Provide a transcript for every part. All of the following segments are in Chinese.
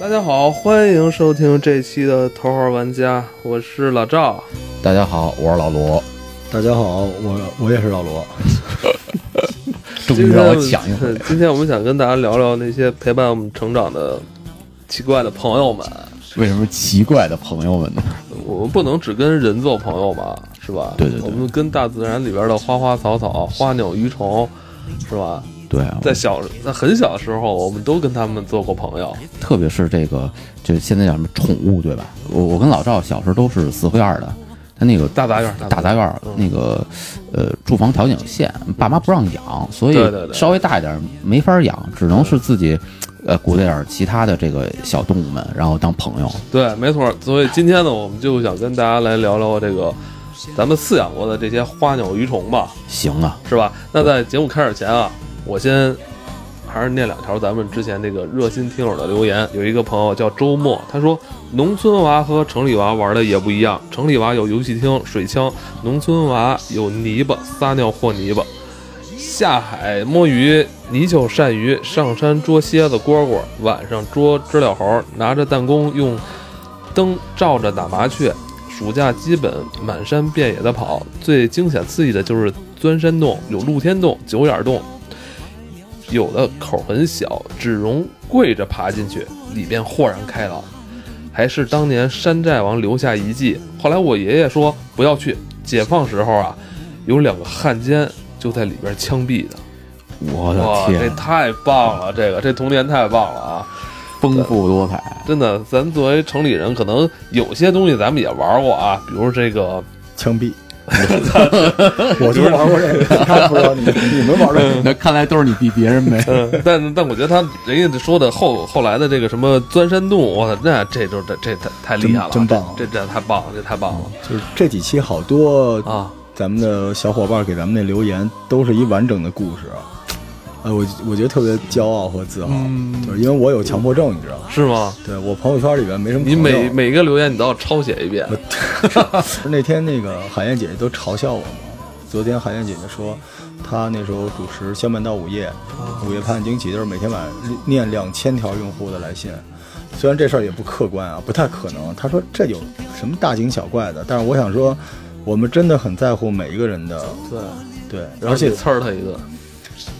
大家好，欢迎收听这期的《头号玩家》，我是老赵。大家好，我是老罗。大家好，我我也是老罗。终今于天让我抢一回， 今天我们想跟大家聊聊那些陪伴我们成长的奇怪的朋友们。为什么奇怪的朋友 们呢？我们不能只跟人做朋友吧，是吧？对对对我们跟大自然里边的花花草草、花鸟鱼虫，是吧？对啊，在小在很小的时候，我们都跟他们做过朋友。特别是这个，就是现在叫什么宠物，对吧？我我跟老赵小时候都是四合院儿的，他那个大杂院大大杂院儿嗯那个，呃，住房条件有限，爸妈不让养，所以对对对稍微大一点儿没法养，只能是自己，呃，鼓捣点儿其他的这个小动物们，然后当朋友。对，没错。所以今天呢，我们就想跟大家来聊聊这个咱们饲养过的这些花鸟鱼虫吧。行啊，是吧？那在节目开始前啊，我先还是念两条咱们之前那个热心听友的留言。有一个朋友叫周末，他说：“农村娃和城里娃玩的也不一样，城里娃有游戏厅、水枪，农村娃有泥巴撒尿和泥巴，下海摸鱼、泥鳅、鳝鱼，上山捉蝎子、蝈蝈，晚上捉知了猴，拿着弹弓用灯照着打麻雀。”暑假基本满山遍野的跑，最惊险刺激的就是钻山洞，有露天洞、九眼洞，有的口很小，只容跪着爬进去，里面豁然开朗，还是当年山寨王留下遗迹。后来我爷爷说不要去，解放时候啊，有两个汉奸就在里边枪毙的。我哇，的这天，太棒了，这个这童年太棒了啊！丰富多彩，真的，咱作为城里人，可能有些东西咱们也玩过啊，比如这个枪毙！我就玩过这个，他不知道你你们玩的。 那看来都是你比别人没。嗯， 但但我觉得他人家说的后后来的这个什么钻山洞，我操，那这就这这太太厉害了，真真棒这这太棒了，这太棒了就是这几期好多啊！咱们的小伙伴给咱们那留言，都是一完整的故事。哎，我我觉得特别骄傲和自豪，就是因为我有强迫症，你知道吗？是吗？对我朋友圈里边没什么朋你友。每每个留言你都要抄写一遍，那天那个海燕姐姐都嘲笑我嘛。昨天海燕姐姐说，她那时候主持《相伴到午夜》，午夜盼惊奇的时候，每天晚上念两千条用户的来信。虽然这事儿也不客观啊，不太可能。她说这有什么大惊小怪的？但是我想说，我们真的很在乎每一个人的对，对，然后而你且呲儿他一顿，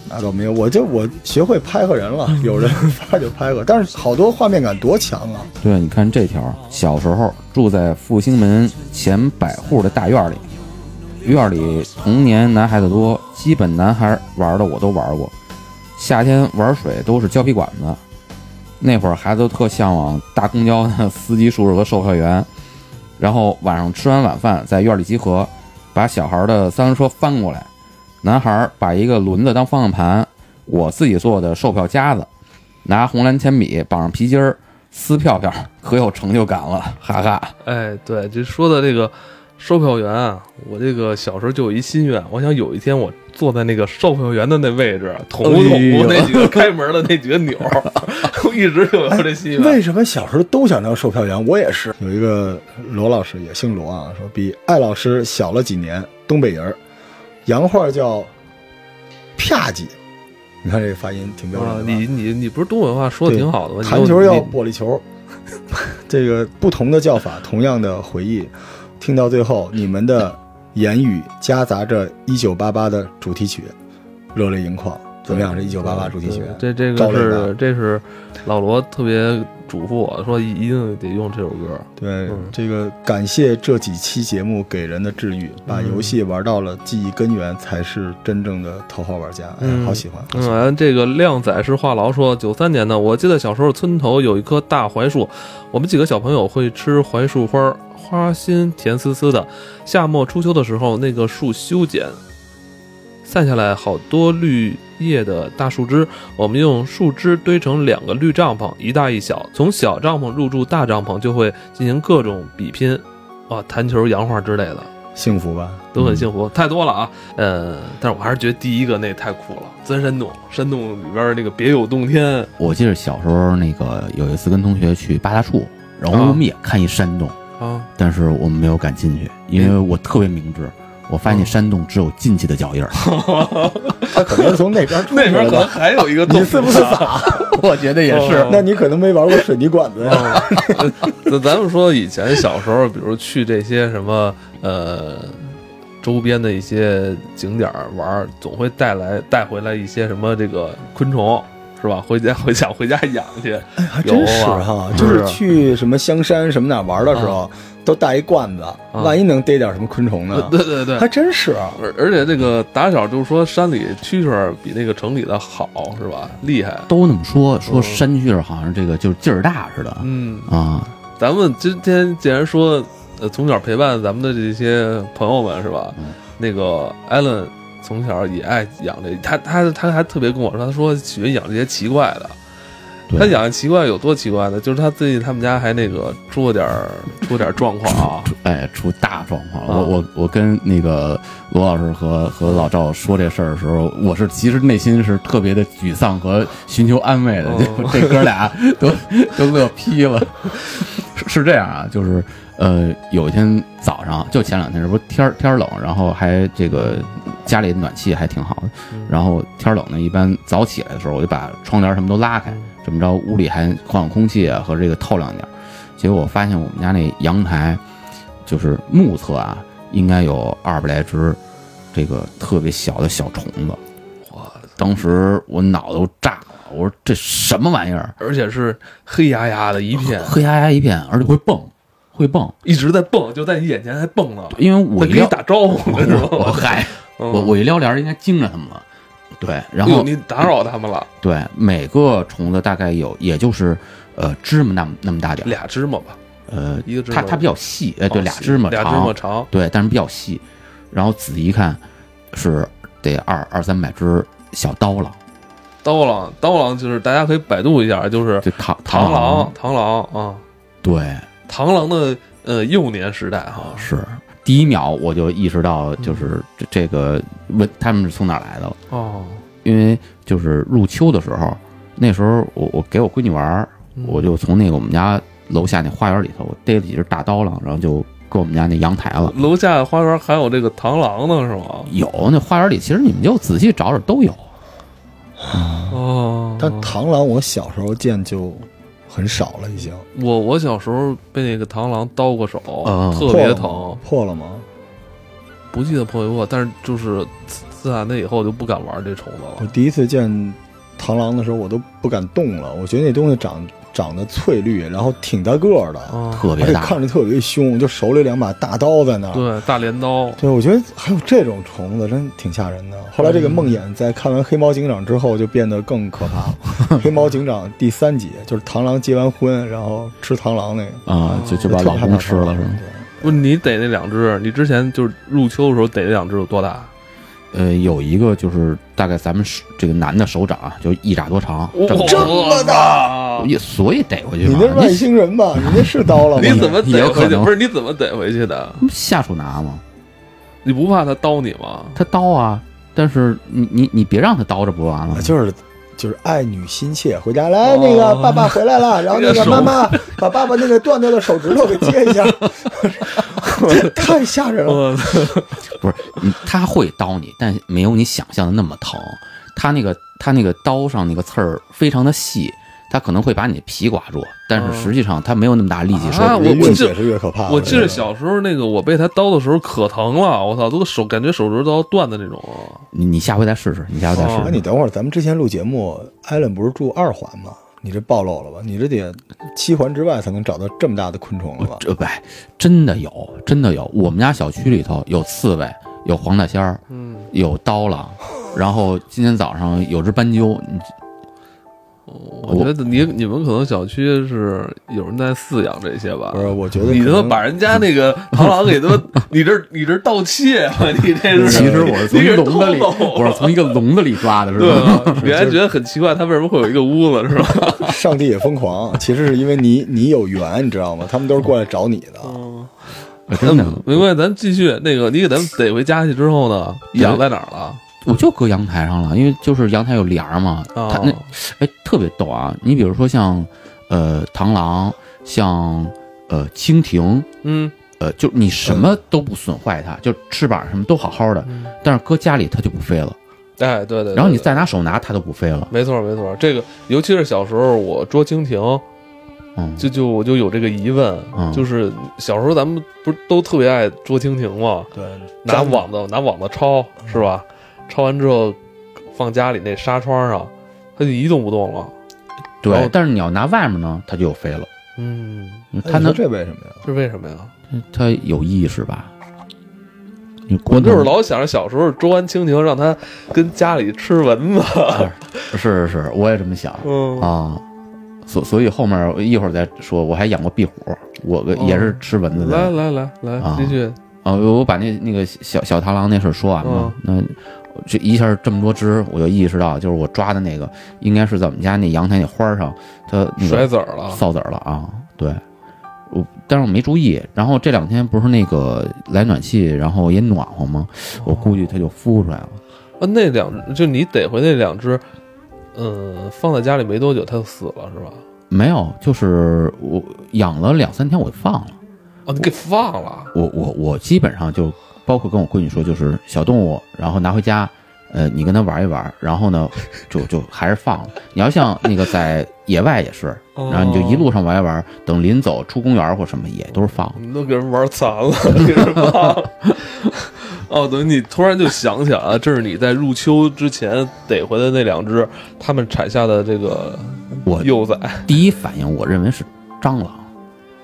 那倒没有，我就我学会拍个人了，有人发就拍个，但是好多画面感多强啊！对，你看这条，小时候住在复兴门前百户的大院里，院里童年男孩子多，基本男孩玩的我都玩过。夏天玩水都是胶皮管子，那会儿孩子都特向往大公交的司机叔叔和售票员。然后晚上吃完晚饭，在院里集合，把小孩的三轮车翻过来，男孩把一个轮子当方向盘，我自己做的售票夹子，拿红蓝铅笔绑上皮筋儿，撕票票，可有成就感了，哈哈！哎，对，这说的这个售票员啊，我这个小时候就有一心愿，我想有一天我坐在那个售票员的那位置，捅哎咕捅咕那几个开门的那几个钮儿， 我一直 就有这心愿。哎为什么小时候都想当售票员？我也是。有一个罗老师也姓罗啊，说比艾老师小了几年，东北人儿，洋话叫“啪叽”，你看这个发音挺标准啊的，吧。你你你不是东北话说的对挺好的吗？你弹就球要你玻璃球， 这个不同的叫法，同样的回忆。听到最后，你们的言语夹杂着一九八八的主题曲，热泪盈眶。怎么样？这一九八八主题曲，对这这赵雷个是的这是老罗特别嘱咐我说一定得用这首歌。对嗯这个感谢这几期节目给人的治愈，把游戏玩到了记忆根源，才是真正的头号玩家。哎嗯呀，好喜欢！好喜欢嗯，这个靓仔是话痨说，九三年的，我记得小时候村头有一棵大槐树，我们几个小朋友会吃槐树花儿，花心甜丝丝的。夏末初秋的时候，那个树修剪，散下来好多绿叶的大树枝，我们用树枝堆成两个绿帐篷，一大一小，从小帐篷入住大帐篷，就会进行各种比拼，啊，弹球、洋画之类的。幸福吧？都很幸福，太多了啊。呃，但是我还是觉得第一个那太酷了，钻山洞，山洞里边那个别有洞天，我记得小时候那个有一次跟同学去八大处，然后我们也看一山洞，啊，但是我们没有敢进去，因为我特别明智，我发现山洞只有进去的脚印儿，他可能是从那边出那来边可能的。还有一个洞你窟，是不是傻？ 我觉得也是 那你可能没玩过水泥管子呀。那咱们说以前小时候，比如去这些什么呃周边的一些景点儿玩儿，总会带来带回来一些什么这个昆虫，是吧？回家回想回家养去，还有 真是哈啊，，就是不去什么香山什么哪玩的时候，都带一罐子，万一能逮点什么昆虫呢？ 对对对还。真是，啊而而且这个打小就说山里蛐蛐儿比那个城里的好是吧？厉害，都那么说，说山蛐儿好像这个就是劲儿大似的嗯，啊。咱们今天既然说，呃，从小陪伴咱们的这些朋友们是吧？嗯那个艾伦从小也爱养这，他他他还特别跟我说，他说喜欢养这些奇怪的。对他养的奇怪有多奇怪呢？就是他最近他们家还那个出了点儿出了点儿状况 啊。哎，出大状况了！啊我我我跟那个罗老师和和老赵说这事儿的时候，我是其实内心是特别的沮丧和寻求安慰的，哦这哥俩都都乐劈了。是是这样啊，就是呃，有一天早上，就前两天，这不是天儿天儿冷，然后还这个家里暖气还挺好的，然后天儿冷呢，一般早起来的时候，我就把窗帘什么都拉开，这么着屋里还换换空气啊和这个透亮点儿。结果我发现我们家那阳台。就是目测啊，应该有二百来只这个特别小的小虫子。哇！当时我脑子都炸了，我说这什么玩意儿，而且是黑压压的一片，黑压压一片，而且会蹦，会蹦。一直在蹦，就在你眼前还蹦呢。因为他我一给你撩，打招呼呢，是我我吧？嗨，嗯我我一撩帘儿应该惊着它们了。对，然哎呦后你打扰他 们了，对每个虫子大概有，也就是呃芝麻那么那么大点儿，俩芝麻吧，呃，一个芝麻它它比较细，哎，对，哦俩芝麻俩芝长麻长，对，但是比较细。然后仔细一看，是得二二三百只小刀了。刀郎，刀郎就是大家可以百度一下，就是就螳螳螂螂，，螳螂啊，对，螳螂的呃幼年时代哈，是第一秒我就意识到，就是这这个问他们是从哪儿来的了，哦，因为就是入秋的时候，那时候我我给我闺女玩儿，我就从那个我们家楼下那花园里头，我逮了几只大刀郎，然后就搁我们家那阳台了。楼下花园还有这个螳螂呢，是吗？有那花园里，其实你们就仔细找找都有。哦，但螳螂我小时候见就很少了，已经我我小时候被那个螳螂叨过手，嗯特别破了疼吗，破了吗？不记得破没破，但是就是自自打那以后就不敢玩这虫子我了。第一次见螳螂的时候，我都不敢动了。我觉得那东西长长得翠绿，然后挺大个儿的，啊，哦特而别且大，看着特别凶，就手里两把大刀在那儿。对，大镰刀，对，我觉得还有这种虫子，真挺吓人的。后来这个梦魇在看完《黑猫警长》之后，就变得更可 怕了。《黑猫警长》第三集就是螳螂结完婚，然后吃螳螂那个，啊、就就把特老别害公怕吃螳了螂是吗？？不是你逮那两只，你之前就是入秋的时候逮那两只有多大？呃，有一个就是大概咱们手这个男的手掌啊，就一拃多长，这么这么大也所以逮回对去你嘛。那是外星人吧？你那是刀 哦了吗？你怎么也有逮可回去？能不是你怎么逮回去的？下手拿嘛，你不怕它叨你吗？他刀啊，但是你你你别让他刀着不完了啊吗？啊就是就是爱女心切，回家来那个哦爸爸回来了，然后那这个个手妈妈把爸爸那个断掉的手指头给接 一下，这太吓人了。我呃不是你他会刀你，但没有你想象的那么疼。他那个他那个刀上那个刺儿非常的细，他可能会把你的皮刮住，但是实际上他没有那么大力气。说、哦啊我越我记解释越可怕。我记得小时候那个我被它叨的时候可疼了，我操，都手感觉手指头都要断的那种。啊你你下回再试试，你下回再试哦哎，试。你等会儿，咱们之前录节目，艾伦不是住二环吗？你这暴露了吧？你这得七环之外才能找到这么大的昆虫了哦吧？这不，真的有，真的有。我们家小区里头有刺猬，有黄大仙儿，嗯，有刀郎，然后今天早上有只斑鸠，你我觉得你你们可能小区是有人在饲养这些吧不？是，我觉得你可他妈能把人家那 个螳螂给他妈，你这你这盗窃吗？你 这是其实我是从你给人笼子里，偷走我是从一个笼子里抓的，是对吧？啊，你还觉得很奇怪，他为什么会有一个屋子是吧？上帝也疯狂，其实是因为你你有缘，你知道吗？他们都是过来找你的。 嗯真的， 没关系，咱继续。那个，你给咱们逮回家去之后呢，养在哪儿了？我就搁阳台上了，因为就是阳台有帘儿嘛。哦它那哎特别逗啊！你比如说像呃螳螂，像呃蜻蜓，嗯，呃，就你什么都不损坏它，就翅膀什么都好好的，嗯但是搁家里它就不飞了，哎，对对对然后你对再拿手拿它都不飞了，没错没错，这个尤其是小时候我捉蜻蜓，嗯，就就我就有这个疑问，嗯就是小时候咱们不是都特别爱捉蜻蜓吗？对，拿网子拿网子抄是吧？抄完之后放家里那纱窗上，它就一动不动了。然后对，但是你要拿外面呢，它就飞了，嗯，它哎你说能这为什么呀？这是为什么呀？它有意识吧？你我关就是灯老想着小时候捉完蜻蜓，让它跟家里吃蚊子。是是是，我也这么想嗯，啊。所所以后面我一会儿再说，我还养过壁虎，我个哦也是吃蚊子的。来来来来，啊继续。啊，我我把那那个小小螳螂那事儿说完哦了。那这一下这么多只，我就意识到，就是我抓的那个应该是在我们家那阳台那花儿上，它那甩个籽儿了，扫籽儿了啊。对，我但是我没注意。然后这两天不是那个来暖气，然后也暖和吗？我估计它就孵出来了。啊，那两就你逮回那两只，嗯，放在家里没多久它就死了是吧？没有，就是我养了两三天，我就放了。啊，你给放了，我我我基本上就包括跟我闺女说，就是小动物，然后拿回家，呃，你跟它玩一玩，然后呢，就就还是放了。你要像那个在野外也是，哦然后你就一路上玩一玩，等临走出公园或什么也都是放了。你都给人玩残了，给人放了。 哦，等于你突然就想起来了，这是你在入秋之前逮回的那两只，它们产下的这个我幼崽。第一反应我认为是蟑螂，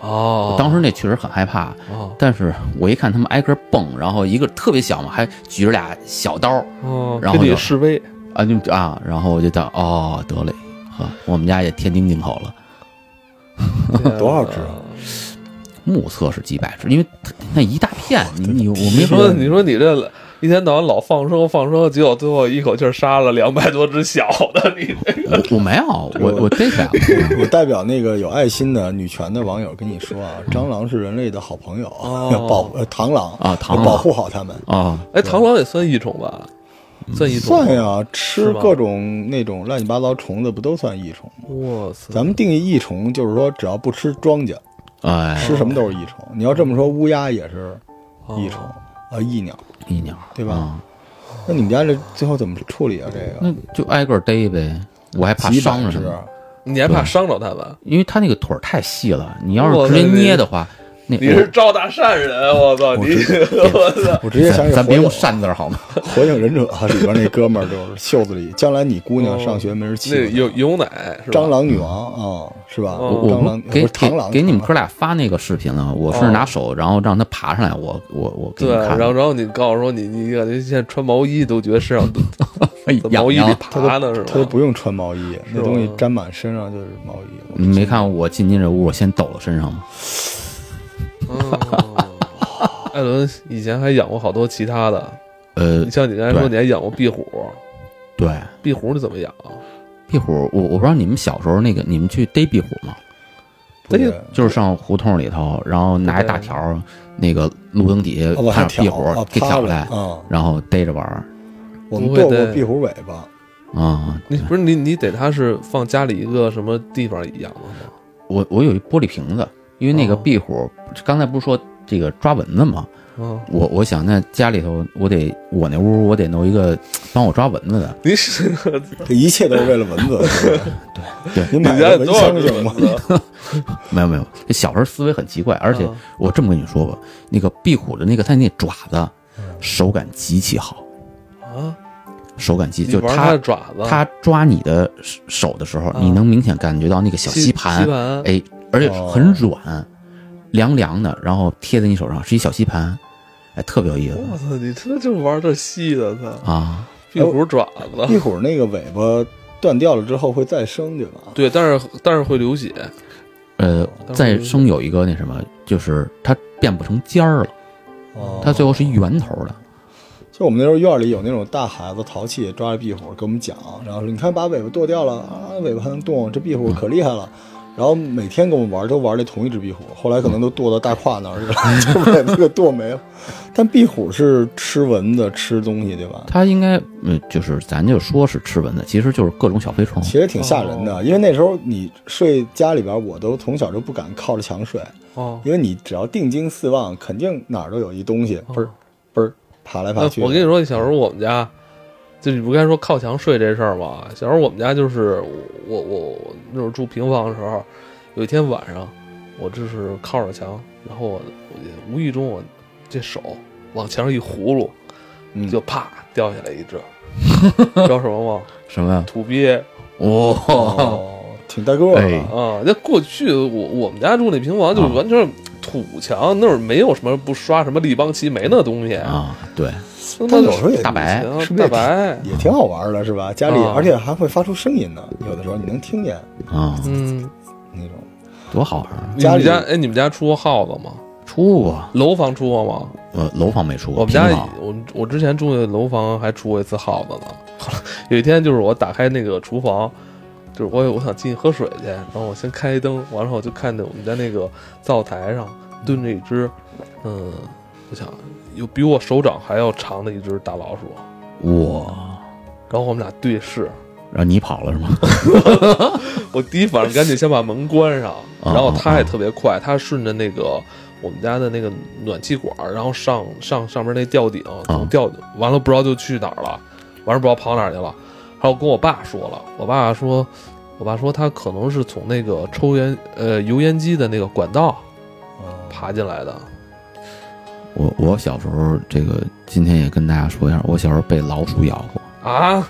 哦我当时那确实很害怕，哦但是我一看它们挨个蹦，然后一个特别小嘛，还举着俩小刀哦，然跟后你就示 威，啊就啊，然后我就当哦得嘞，呵，我们家也天津进口了。多少只啊啊？目测是几百只，因为它那一大片，你你我呃你没说，说你说你这一天到晚老放生放生，结果最后一口气儿杀了两百多只小的，你我我没有，我我逮起来了。 我代表那个有爱心的女权的网友跟你说嗯啊，蟑螂是人类的好朋友，哦要 保呃螳螂啊螳螂要保护好它们。啊，哎，螳螂也算异虫吧？算异虫？算！呀，吃是吧各种那种乱七八糟虫子不都算益虫吗？哇塞！咱们定义益虫就是说，只要不吃庄稼，哎，吃什么都是益虫。你要这么说，乌鸦也是益虫哦啊，益鸟。一鸟对吧啊那你们家这最后怎么处理啊？这个那就挨个逮呗，我还怕几嗯伤百着只什，么，你还怕伤着它们？因为它那个腿儿太细了，你要我是直接的那捏的话，那你是赵大善人，我操你！ 我操！我直接想咱起咱火别影用扇字儿好吗？火影忍者啊里边那哥们儿就是 袖子里，将来你姑娘哦上学没人那欺负有有奶是她，吧？蟑螂女王啊，是吧？哦我蟑不螂给不是给 螳螂给你们哥俩发那个视频了，我是哦拿手，然后让它爬上来，我我我给你对，们看然后然后你告诉我说你你感觉现在穿毛衣都觉得身上 都哎在毛痒衣里痒。爬呢是吧？他都不用穿毛衣，吧那东西沾满身上就是毛衣。我你没看我进进这屋，我先抖了身上吗？嗯艾伦以前还养过好多其他的，呃你，像你刚才说对你还养过壁虎，对，壁虎你怎么养啊？壁虎，我我不知道你们小时候那个，你们去逮壁虎吗？不对哎就是上胡同里头，然后拿一大条儿那个路灯底哦往下看上着壁挑虎啊，给趴挑着来，啊！然后逮着玩儿我们不会剁过的壁虎尾巴，啊。你不是你你得它是放家里一个什么地方养的吗？我我有一玻璃瓶子，因为那个哦壁虎，刚才不是说这个抓蚊子吗？嗯，我我想那家里头，我得我那屋我得弄一个帮我抓蚊子的，你 是这一切都是为了蚊子。对 对你你买家有个蚊多少香只行蚊吗？子？没有没有，这小时候思维很奇怪，而且嗯我这么跟你说吧，那个壁虎的那个它那爪子手感极其好，啊，手感极你就玩它的爪子，它抓你的手手的时候，啊你能明显感觉到那个小吸盘吸，盘，哎，而且哦很软，凉凉的，然后贴在你手上是一小吸盘，哎，特别有意我思操，你他妈就玩这细的，操，啊！壁虎爪壁子。虎那个尾巴断掉了之后会再生，对吧？对，但是但是会流血，呃，当时再生有一个那什么，就是它变不成尖儿了，哦它最后是一圆头的。就我们那时候院里有那种大孩子淘气，抓着壁虎给我们讲，然后说你看把尾巴剁掉了啊，尾巴还能动，这壁虎可厉害了。然后每天跟我们玩，都玩这同一只壁虎，后来可能都剁到大胯那儿去了， 就尾巴给剁没了。但壁虎是吃蚊子、吃东西，对吧？它应该，嗯，就是咱就说是吃蚊子，其实就是各种小飞虫。哦其实挺吓人的，因为那时候你睡家里边，我都从小就不敢靠着墙睡，哦，因为你只要定睛四望，肯定哪儿都有一东西，嘣儿嘣儿爬来爬哎去。哦我跟你，说，小时候我们家，就你不刚才说靠墙睡这事儿吗？小时候我们家就是我我我那会儿住平房的时候，有一天晚上，我这是靠着墙，然后我我就无意中我这手往墙上一葫芦，嗯，就啪掉下来一 只，知道什么吗？什么呀？土鳖哦，哦，挺大个儿哎啊。啊！那过去我我们家住那平房就是完全是土墙，那会儿没有什么不刷什么立邦漆没那东西，啊，对，那有时候也大白 行哎是不大是也白，也挺好玩的，是吧？家里啊而且还会发出声音呢，有的时候你能听见啊，嗯。那种。多好玩儿！你家们里家哎，你们家出过耗子吗？出过，楼房出过吗？呃，楼房没出过，我们家平房我我之前住的楼房还出过一次耗子呢。后来有一天就是我打开那个厨房，就是我我想进去喝水去，然后我先开灯，完了我就看见我们家那个灶台上蹲着一只，嗯，我想有比我手掌还要长的一只大老鼠，哇，然后我们俩对视，然后你跑了是吗？我第一反应赶紧先把门关上，啊然后他也特别快，他顺着那个我们家的那个暖气管，然后上上上面那吊顶，从吊顶完了不知道就去哪儿了，完了不知道跑哪儿去了，然后跟我爸说了，我爸说，我爸说他可能是从那个抽烟呃油烟机的那个管道嗯爬进来的，我我小时候这个今天也跟大家说一下，我小时候被老鼠咬过啊，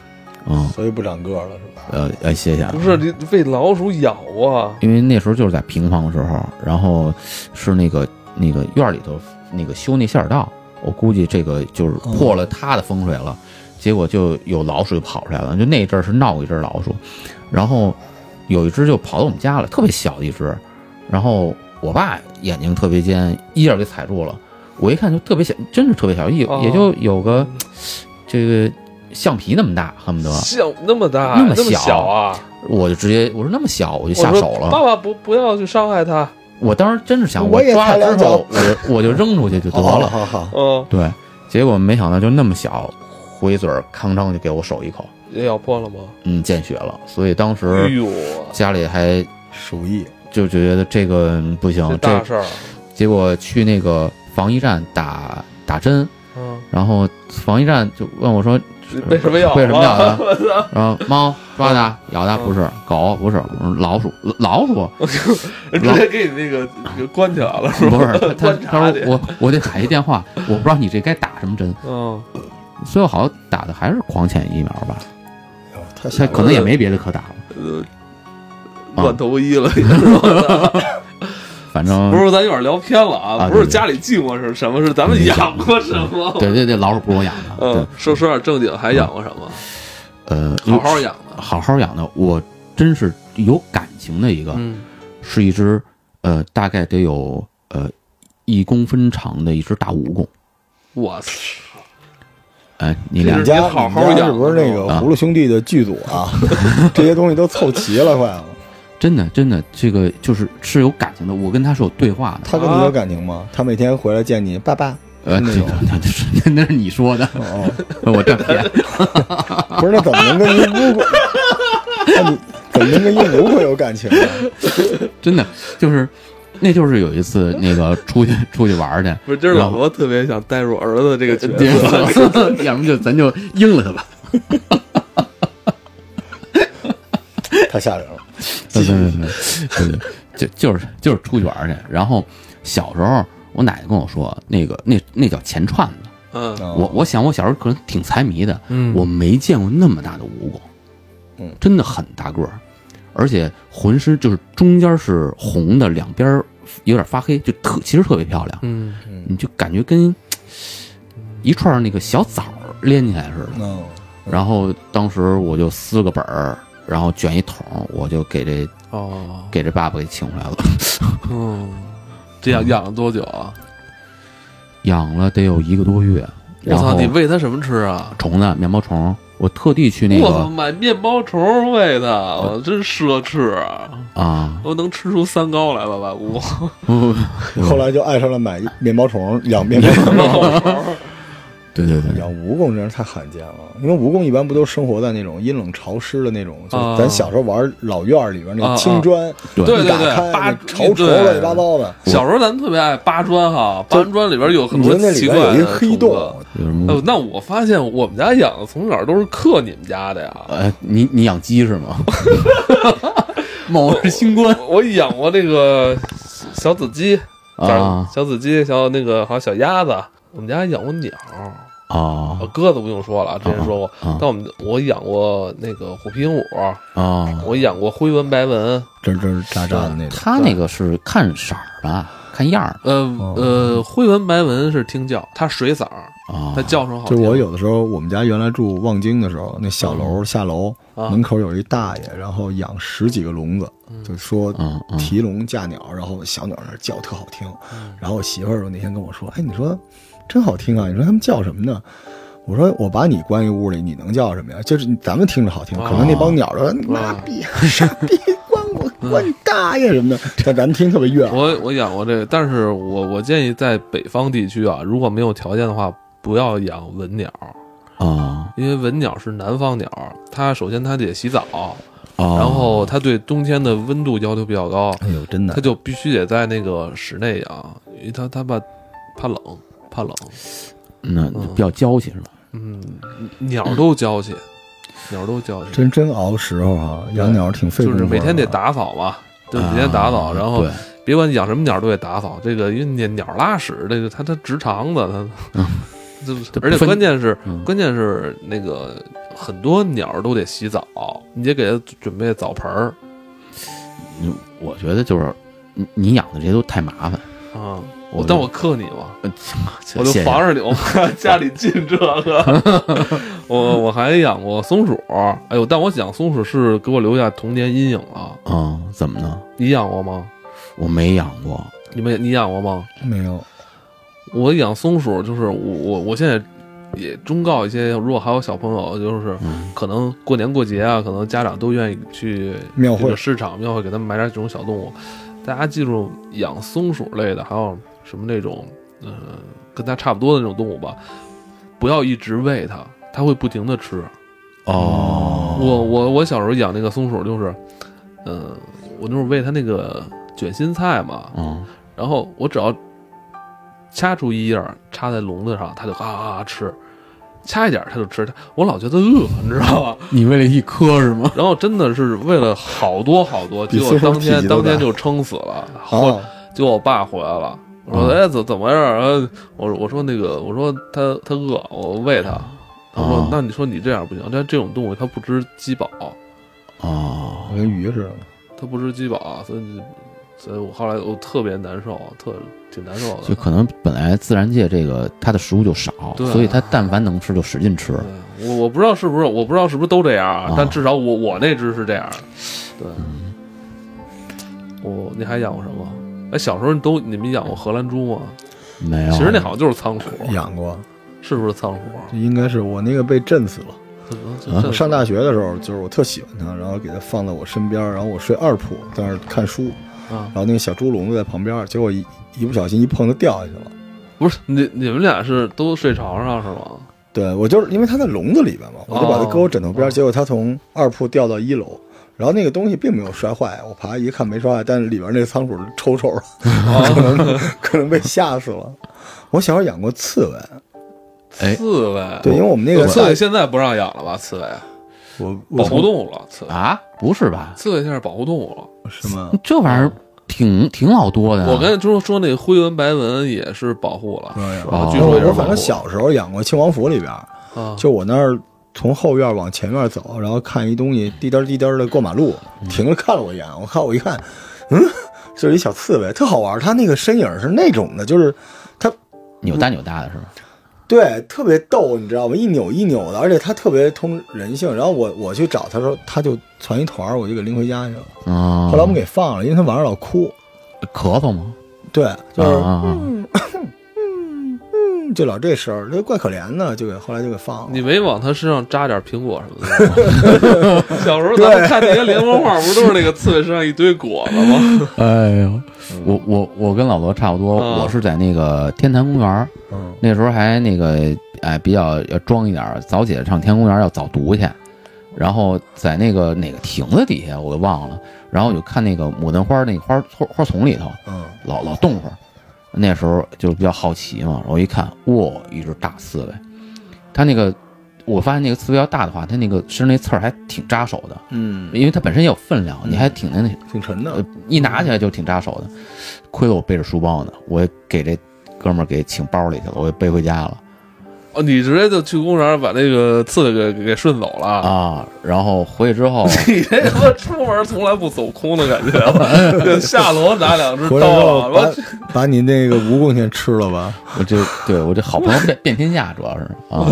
啊，所以不长个儿了，是吧？呃，哎，谢谢啊不，是你被老鼠咬啊，因为那时候就是在平房的时候，然后是那个那个院儿里头那个修那下水道，我估计这个就是哦破了他的风水了，结果就有老鼠就跑出来了，就那阵儿是闹过一只老鼠，然后有一只就跑到我们家了，特别小的一只，然后我爸眼睛特别尖，一下给踩住了，我一看就特别小，真是特别小，也哦也就有个这个橡皮那么大，恨不得像那么大那么么小小啊，我就直接我说那么小我就我下说手了爸。爸不不要去伤害它，我当时真是想，我也抓踩了两之脚后，我我 就扔出去就得好了。啊好好，嗯，对，结果没想到就那么小，回嘴儿吭当就给我手一口，也咬破了吗？嗯，见血了。所以当哎时呦，家里还鼠疫就觉得这个嗯不行这，这大事儿，结果去那个防疫站打打针，嗯，然后防疫站就问我说呃为什么要？为什么咬啊？的？然后猫抓的咬的嗯不是狗不是嗯老鼠老鼠直接给你那个给关起来了，是吧？不是他观察他你说我我得打一电话，我不知道你这该打什么针。嗯，最后好像打的还是狂犬疫苗吧，哎呦太吓他人了可能也没别的可打了，啊乱投医了，嗯是吧反 正不是？咱有点聊偏了啊啊，不是对对家里进过是什么，是咱们养过什么？对对对，老鼠不是我养的，嗯对，，说说点正经，还养过什么？呃，好好养的，好好养的，我真是有感情的一个，嗯，是一只呃大概得有呃一公分长的一只大蜈蚣，我操，哎，你这俩是你家你好好你养家是不是那个啊葫芦兄弟的剧组 啊？这些东西都凑齐了，快了。真的真的这个就是是有感情的，我跟他是有对话的，他跟你有感情啊吗？他每天回来见你，爸爸。呃，那那种那那是那是你说的， 哦，我占便宜，哦 不是，那怎么能跟一乌 龟？那你怎么能跟一乌龟有感情啊呢？真的就是。那就是有一次，那个出去出去玩儿去，不是，今儿然老后罗特别想带入儿子这个角 对色，要么就咱就应了他吧。太吓人了。 对对对对对，就就是就是出去玩儿去。然后小时候，我奶奶跟我说，那个那那叫钱串子。嗯哦我我想我小时候可能挺财迷的，嗯我没见过那么大的蜈蚣，嗯真的很大个儿，而且浑身就是中间是红的，两边儿有点发黑，就特其实特别漂亮，嗯，你就感觉跟一串儿那个小枣儿连起来似的。 嗯，然后当时我就撕个本儿，然后卷一桶，我就给这哦，给这爸爸给请回来了， 嗯，这样养了多久啊？养了得有一个多月。我然操，后你喂它什么吃啊？虫子面包虫，我特地去那我操，个买面包虫喂它，呃我真奢侈啊！啊，都能吃出三高来吧， 吧？我不不后来就爱上了买面包虫，养面包虫。对对哎对，养蜈蚣真是太罕见了，因为蜈蚣一般不都生活在那种阴冷潮湿的那种，就是咱小时候玩老院儿里边那啊个青砖，对一打对对开扒那潮虫对乱七八糟的，小时候咱们特别爱扒砖哈，扒完砖里边有很你觉多得那里奇边怪的有一个黑虫子洞，嗯有什么？哦，那我发现我们家养的从小都是克你们家的呀。呃，哎你你养鸡是 吗？某是新冠我养过那个小小紫鸡，啊小紫鸡，小那个好像小鸭子。我们家养过鸟，啊呃鸽子不用说了，之前说过。啊但我们我养过那个虎皮鹦鹉，啊！我养过灰纹白纹，吱吱喳喳的那种。他那个是看色儿吧，看样儿呃哦呃，灰纹白纹是听叫，它水嗓儿，啊它叫声好就听。是我有的时候，我们家原来住望京的时候，那小楼下楼啊门口有一大爷，然后养十几个笼子，就说嗯嗯提笼架鸟，然后小鸟那叫特好听。嗯然后我媳妇儿那天跟我说：“哎，你说真好听啊！你说他们叫什么呢？”我说：“我把你关一屋里，你能叫什么呀？就是咱们听着好听，可哦能那帮鸟说“妈逼，傻逼，关我关你大爷”什么的，但咱们听特别悦耳。嗯我我养过这个，但是我我建议在北方地区啊，如果没有条件的话，不要养文鸟，啊因为文鸟是南方鸟，它首先它得洗澡，哦啊！然然后它对冬天的温度要求比较高，哎呦，真它就必须得在那个室内养，因为它它怕怕冷，怕冷。那比较娇气是吧？嗯，鸟都娇气， 鸟都娇气，真真熬时候啊，养鸟挺费就功夫是的，每天得打扫嘛，就每天打扫，啊然后对别管养什么鸟都得打扫。这个因为鸟鸟拉屎，这个它它直肠子，它。 这嗯这不而且分关键是，嗯关键是那个很多鸟都得洗澡，你得给它准备澡盆儿你我觉得就是你你养的这些都太麻烦。啊。我但我克你嘛，呃我就防着你，我怕家里进这个。 我我还养过松鼠，哎呦，但我养松鼠是给我留下童年阴影了。啊，怎么呢？你养过吗？我没养过，你们你养过吗？没有。我养松鼠就是我我我现在也忠告一些，如果还有小朋友，就是嗯可能过年过节啊，可能家长都愿意去庙会这个市场庙会给他们买点这种小动物。大家记住，养松鼠类的，还有什么那种呃跟它差不多的那种动物吧，不要一直喂它，它会不停的吃。哦，我我我小时候养那个松鼠就是，嗯、我那会儿喂它那个卷心菜嘛，嗯，然后我只要掐出一叶儿插在笼子上，它就啊啊啊吃，掐一点儿它就吃，我老觉得饿，你知道 吧？你喂了一颗是吗？然后真的是喂了好多好多，比结果孙猴当天体积都当大天就撑死了，后哦，结果我爸回来了。我说啊哎怎怎么回事儿？呃我说我说那个我说它它饿，我喂它。他说啊那你说你这样不行，但这种动物它不知饥饱，哦，我跟鱼似的。它不知饥饱，所以所以我后来我特别难受，特挺难受的。就可能本来自然界这个它的食物就少，对所以它但凡能吃就使劲吃。对我我不知道是不是，我不知道是不是都这样啊啊，但至少我我那只是这样。对，我哦你还养过什么？哎，小时候你都你们养过荷兰猪吗？没有，其实那好像就是仓鼠，养过，是不是仓啊这应该是我那个被震死了。鼠？我啊上大学的时候，就是我特喜欢它，然后给它放在我身边，然后我睡二铺，在那儿看书，啊然，后那个小猪笼子在旁边，结果一一不小心一碰就掉下去了。不是你你们俩是都睡床上是吗？对我就是因为它在笼子里边嘛，我就把它搁我枕头边，哦结果它从二铺掉到一楼。然后那个东西并没有摔坏，我爬一看没摔坏，但是里边那仓鼠抽抽的， 可能可能被吓死了。我小时候养过刺猬，哎刺猬，哦对，因为我们那个刺大猬现在不让养了吧？刺猬我我保护从动物了，刺猬啊，不是吧？刺猬现在是保护动物了。什么这玩意儿挺挺老多的啊。我刚才就说那个灰纹白纹也是保护了，是吧哦据因说也为是我保反护正。小时候养过清王府里边儿，啊，就我那儿从后院往前院走，然后看一东西滴答滴答的过马路，停了看了我一眼，我看我一看，嗯，就是一小刺猬，特好玩儿。它那个身影是那种的，就是它扭大扭大的是吧？对特别逗，你知道吗？一扭一扭的，而且它特别通人性。然后我我去找它时候，它就攒一团儿，我就给拎回家去了。啊，后来我们给放了，因为它晚上老哭，咳嗽吗？对，就啊是啊啊嗯就老这声儿，这怪可怜的，就给后来就给放了你。没往他身上扎点苹果什么的吗？小时候咱们看那些联盟画，不都是那个刺猬身上一堆果子吗？哎呦，我我我跟老罗差不多，啊我是在那个天坛公园儿，嗯那时候还那个哎比较要装一点儿，早起来上天公园要早读去，然后在那个哪个亭子底下我都忘了，然后我就看那个牡丹花那个花花花丛里头，嗯，老老动会儿。那时候就比较好奇嘛，我一看，哇，一只大刺猬，它那个，我发现那个刺猬要大的话，它那个身上那刺儿还挺扎手的，嗯，因为它本身也有分量，你还挺那那挺沉呃的，一拿起来就挺扎手的。亏了我背着书包呢，我给这哥们儿给请包里去了，我背回家了哦，你直接就去公园把那个刺猬给给顺走了啊啊。然后回去之后， 你这他妈出门从来不走空的感觉 了，下楼拿两只回来之刀后啊，把 把你那个蜈蚣先吃了吧，我就对我这好朋友遍遍天下，主要是 啊。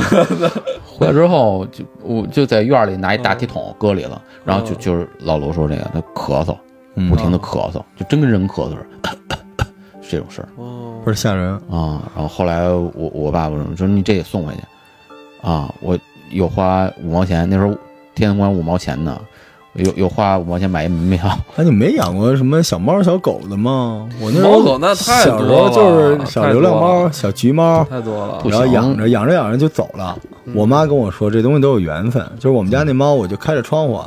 回来之后就我就在院里拿一大铁桶搁里了，然后就嗯就是老罗说这个，他咳嗽，嗯不停的咳嗽，就真跟人咳嗽 似的，是这种事儿哦不是吓人，啊。然后后来我我爸爸说你这也送回去啊，我又花五毛钱，那时候天安门五毛钱呢，又又花五毛钱买一门票，哎，你没养过什么小猫小狗的吗？我那时候猫狗那太小时多了候啊就是小流太浪多猫、了小橘猫，太多了不然后行养着养着养着就走了。嗯我妈跟我说，这东西都有缘分，就是我们家那猫，我就开着窗户。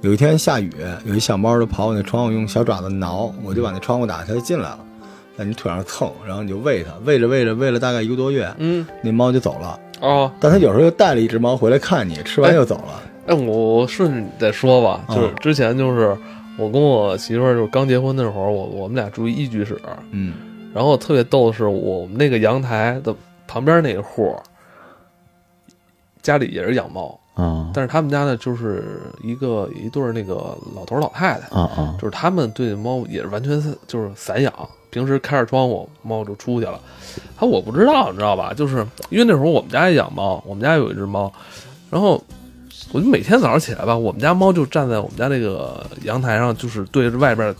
有一天下雨，有一小猫就跑我那窗户，用小爪子挠，我就把那窗户打开，它就进来了，在你腿上蹭，然后你就喂它，喂着喂着喂了大概一个多月，嗯那猫就走了。哦，但它有时候又带了一只猫回来看你，吃完又走了。哎，我我顺着你再说吧，啊就是之前就是我跟我媳妇儿就是刚结婚那会儿，我我们俩住一居室，嗯，然后特别逗的是，我们那个阳台的旁边那一户儿，家里也是养猫，啊但是他们家呢就是一个一对儿那个老头儿老太太，啊啊就是他们对猫也是完全是就是散养，平时开着窗户猫就出去了。他我不知道，你知道吧？就是因为那时候我们家也养猫，我们家有一只猫，然后我就每天早上起来吧，我们家猫就站在我们家那个阳台上，就是对着外边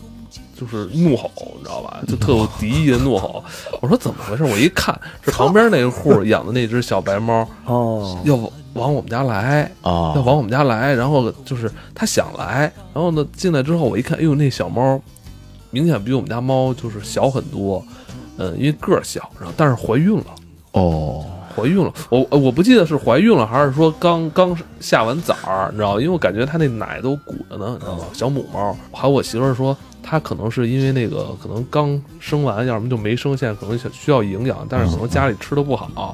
就是怒吼，你知道吧？就特有敌意的怒吼。我说怎么回事？我一看是旁边那一户养的那只小白猫哦，要往我们家来，啊要！往我们家来，然后就是他想来，然后呢进来之后我一看，哎呦那小猫，明显比我们家猫就是小很多，嗯，因为个儿小，然后但是怀孕了，哦，怀孕了，我呃我不记得是怀孕了还是说刚刚下完崽儿，你知道吗？因为我感觉它那奶都鼓着呢，你知道吗？小母猫，还有我媳妇儿说。她可能是因为那个，可能刚生完，要么就没生，现在可能需要营养，但是可能家里吃的不好。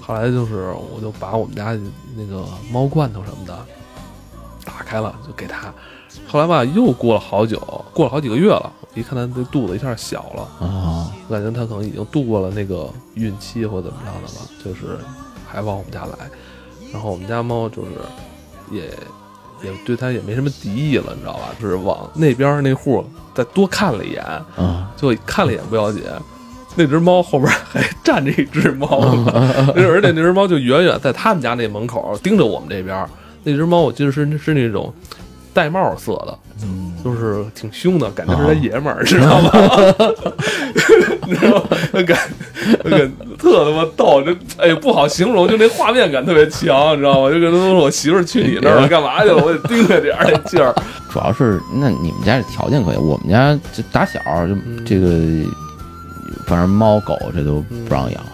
后来就是，我就把我们家那个猫罐头什么的，打开了就给他。后来吧，又过了好久，过了好几个月了，一看他这肚子一下小了，啊我感觉他可能已经度过了那个孕期或怎么样的吧，就是还往我们家来。然后我们家猫就是也也对它也没什么敌意了，你知道吧？就是往那边那户再多看了一眼，啊就看了一眼不要紧，那只猫后边还站着一只猫呢，而且那只猫就远远在他们家那门口盯着我们这边儿。那只猫我记得是是那种玳瑁色的，就是挺凶的，感觉是他爷们儿，知道吗？ 你知道吗？那感那感特他妈逗，这哎呀不好形容，就那画面感特别强，你知道吗？就跟他说我媳妇儿去你那儿了，干嘛去了？我得盯着点儿那劲儿。主要是那你们家这条件可以，我们家就打小就嗯这个，反正猫狗这都不让养，啊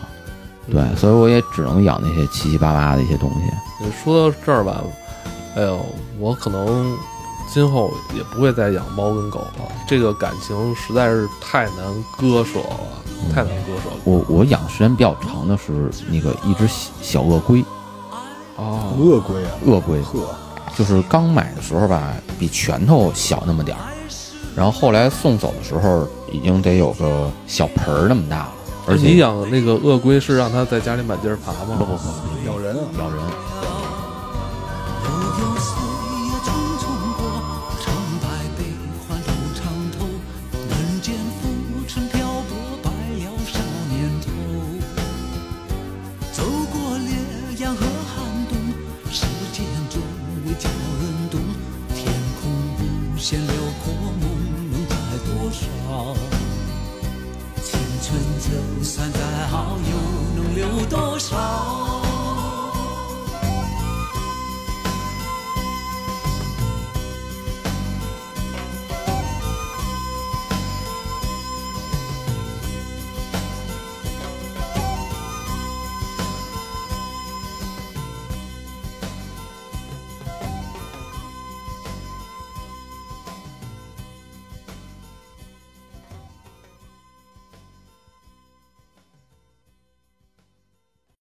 嗯对，所以我也只能养那些七七八八的一些东西。呃说到这儿吧，哎呦，我可能今后也不会再养猫跟狗了，这个感情实在是太难割舍了，太难割舍了。我我养的时间比较长的是那个一只小小鳄龟，哦，鳄龟啊，鳄龟呵，就是刚买的时候吧，比拳头小那么点儿，然后后来送走的时候已经得有个小盆儿那么大了，而且你养那个鳄龟是让它在家里满地儿爬吗？不不不咬人啊，咬人。悠悠岁月匆匆过，长白悲欢路长头，难见浮春漂泊，白了少年头。走过烈阳和寒冬，时间终会叫人懂，天空无限辽阔，梦能带多少？青春就算再好，又能留多少？